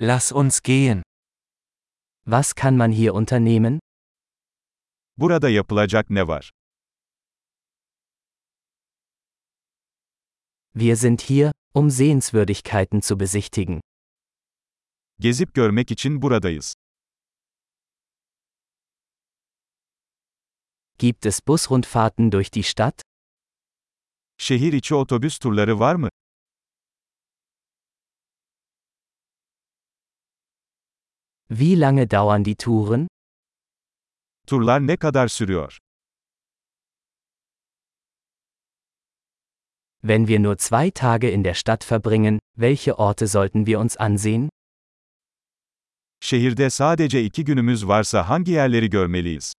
Lass uns gehen. Was kann man hier unternehmen? Burada yapılacak ne var? Wir sind hier, um Sehenswürdigkeiten zu besichtigen. Gezip görmek için buradayız. Gibt es Busrundfahrten durch die Stadt? Şehir içi otobüs turları var mı? Wie lange dauern die Touren? Turlar ne kadar sürüyor? Wenn wir nur zwei Tage in der Stadt verbringen, welche Orte sollten wir uns ansehen? Şehirde sadece iki günümüz varsa hangi yerleri görmeliyiz?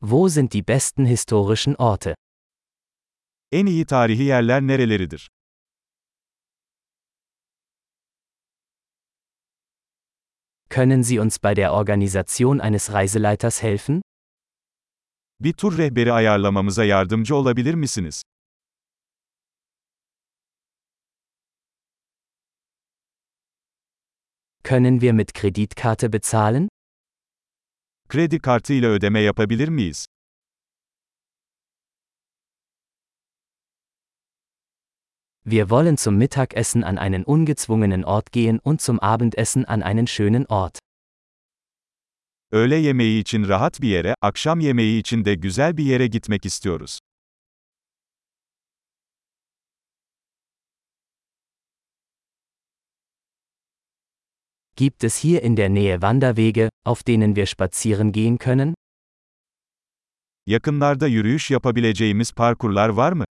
Wo sind die besten historischen Orte? En iyi tarihi yerler nereleridir? Können Sie uns bei der Organisation eines Reiseleiters helfen? Bir tur rehberi ayarlamamıza yardımcı olabilir misiniz? Können wir mit Kreditkarte bezahlen? Kredi kartı ile ödeme yapabilir miyiz? Wir wollen zum Mittagessen an einen ungezwungenen Ort gehen und zum Abendessen an einen schönen Ort. Öğle yemeği için rahat bir yere, akşam yemeği için de güzel bir yere gitmek istiyoruz. Gibt es hier in der Nähe Wanderwege, auf denen wir spazieren gehen können? Yakınlarda yürüyüş yapabileceğimiz parkurlar var mı?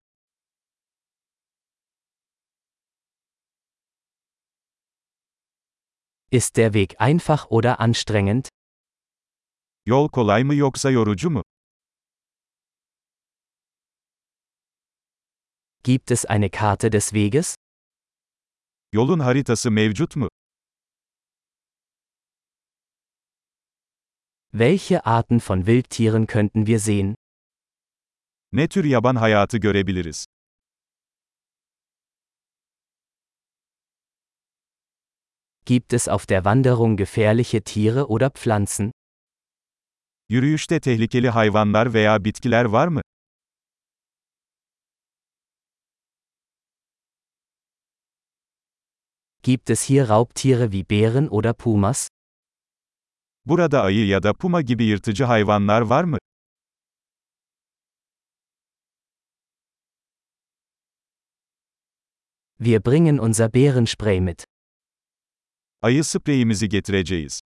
Ist der Weg einfach oder anstrengend? Yol kolay mı yoksa yorucu mu? Gibt es eine Karte des Weges? Yolun haritası mevcut mu? Welche Arten von Wildtieren könnten wir sehen? Ne tür yaban hayatı görebiliriz? Gibt es auf der Wanderung gefährliche Tiere oder Pflanzen? Yürüyüşte tehlikeli hayvanlar veya bitkiler var mı? Gibt es hier Raubtiere wie Bären oder Pumas? Burada ayı ya da puma gibi yırtıcı hayvanlar var mı? Wir bringen unser Bärenspray mit. Ayı spreyimizi getireceğiz.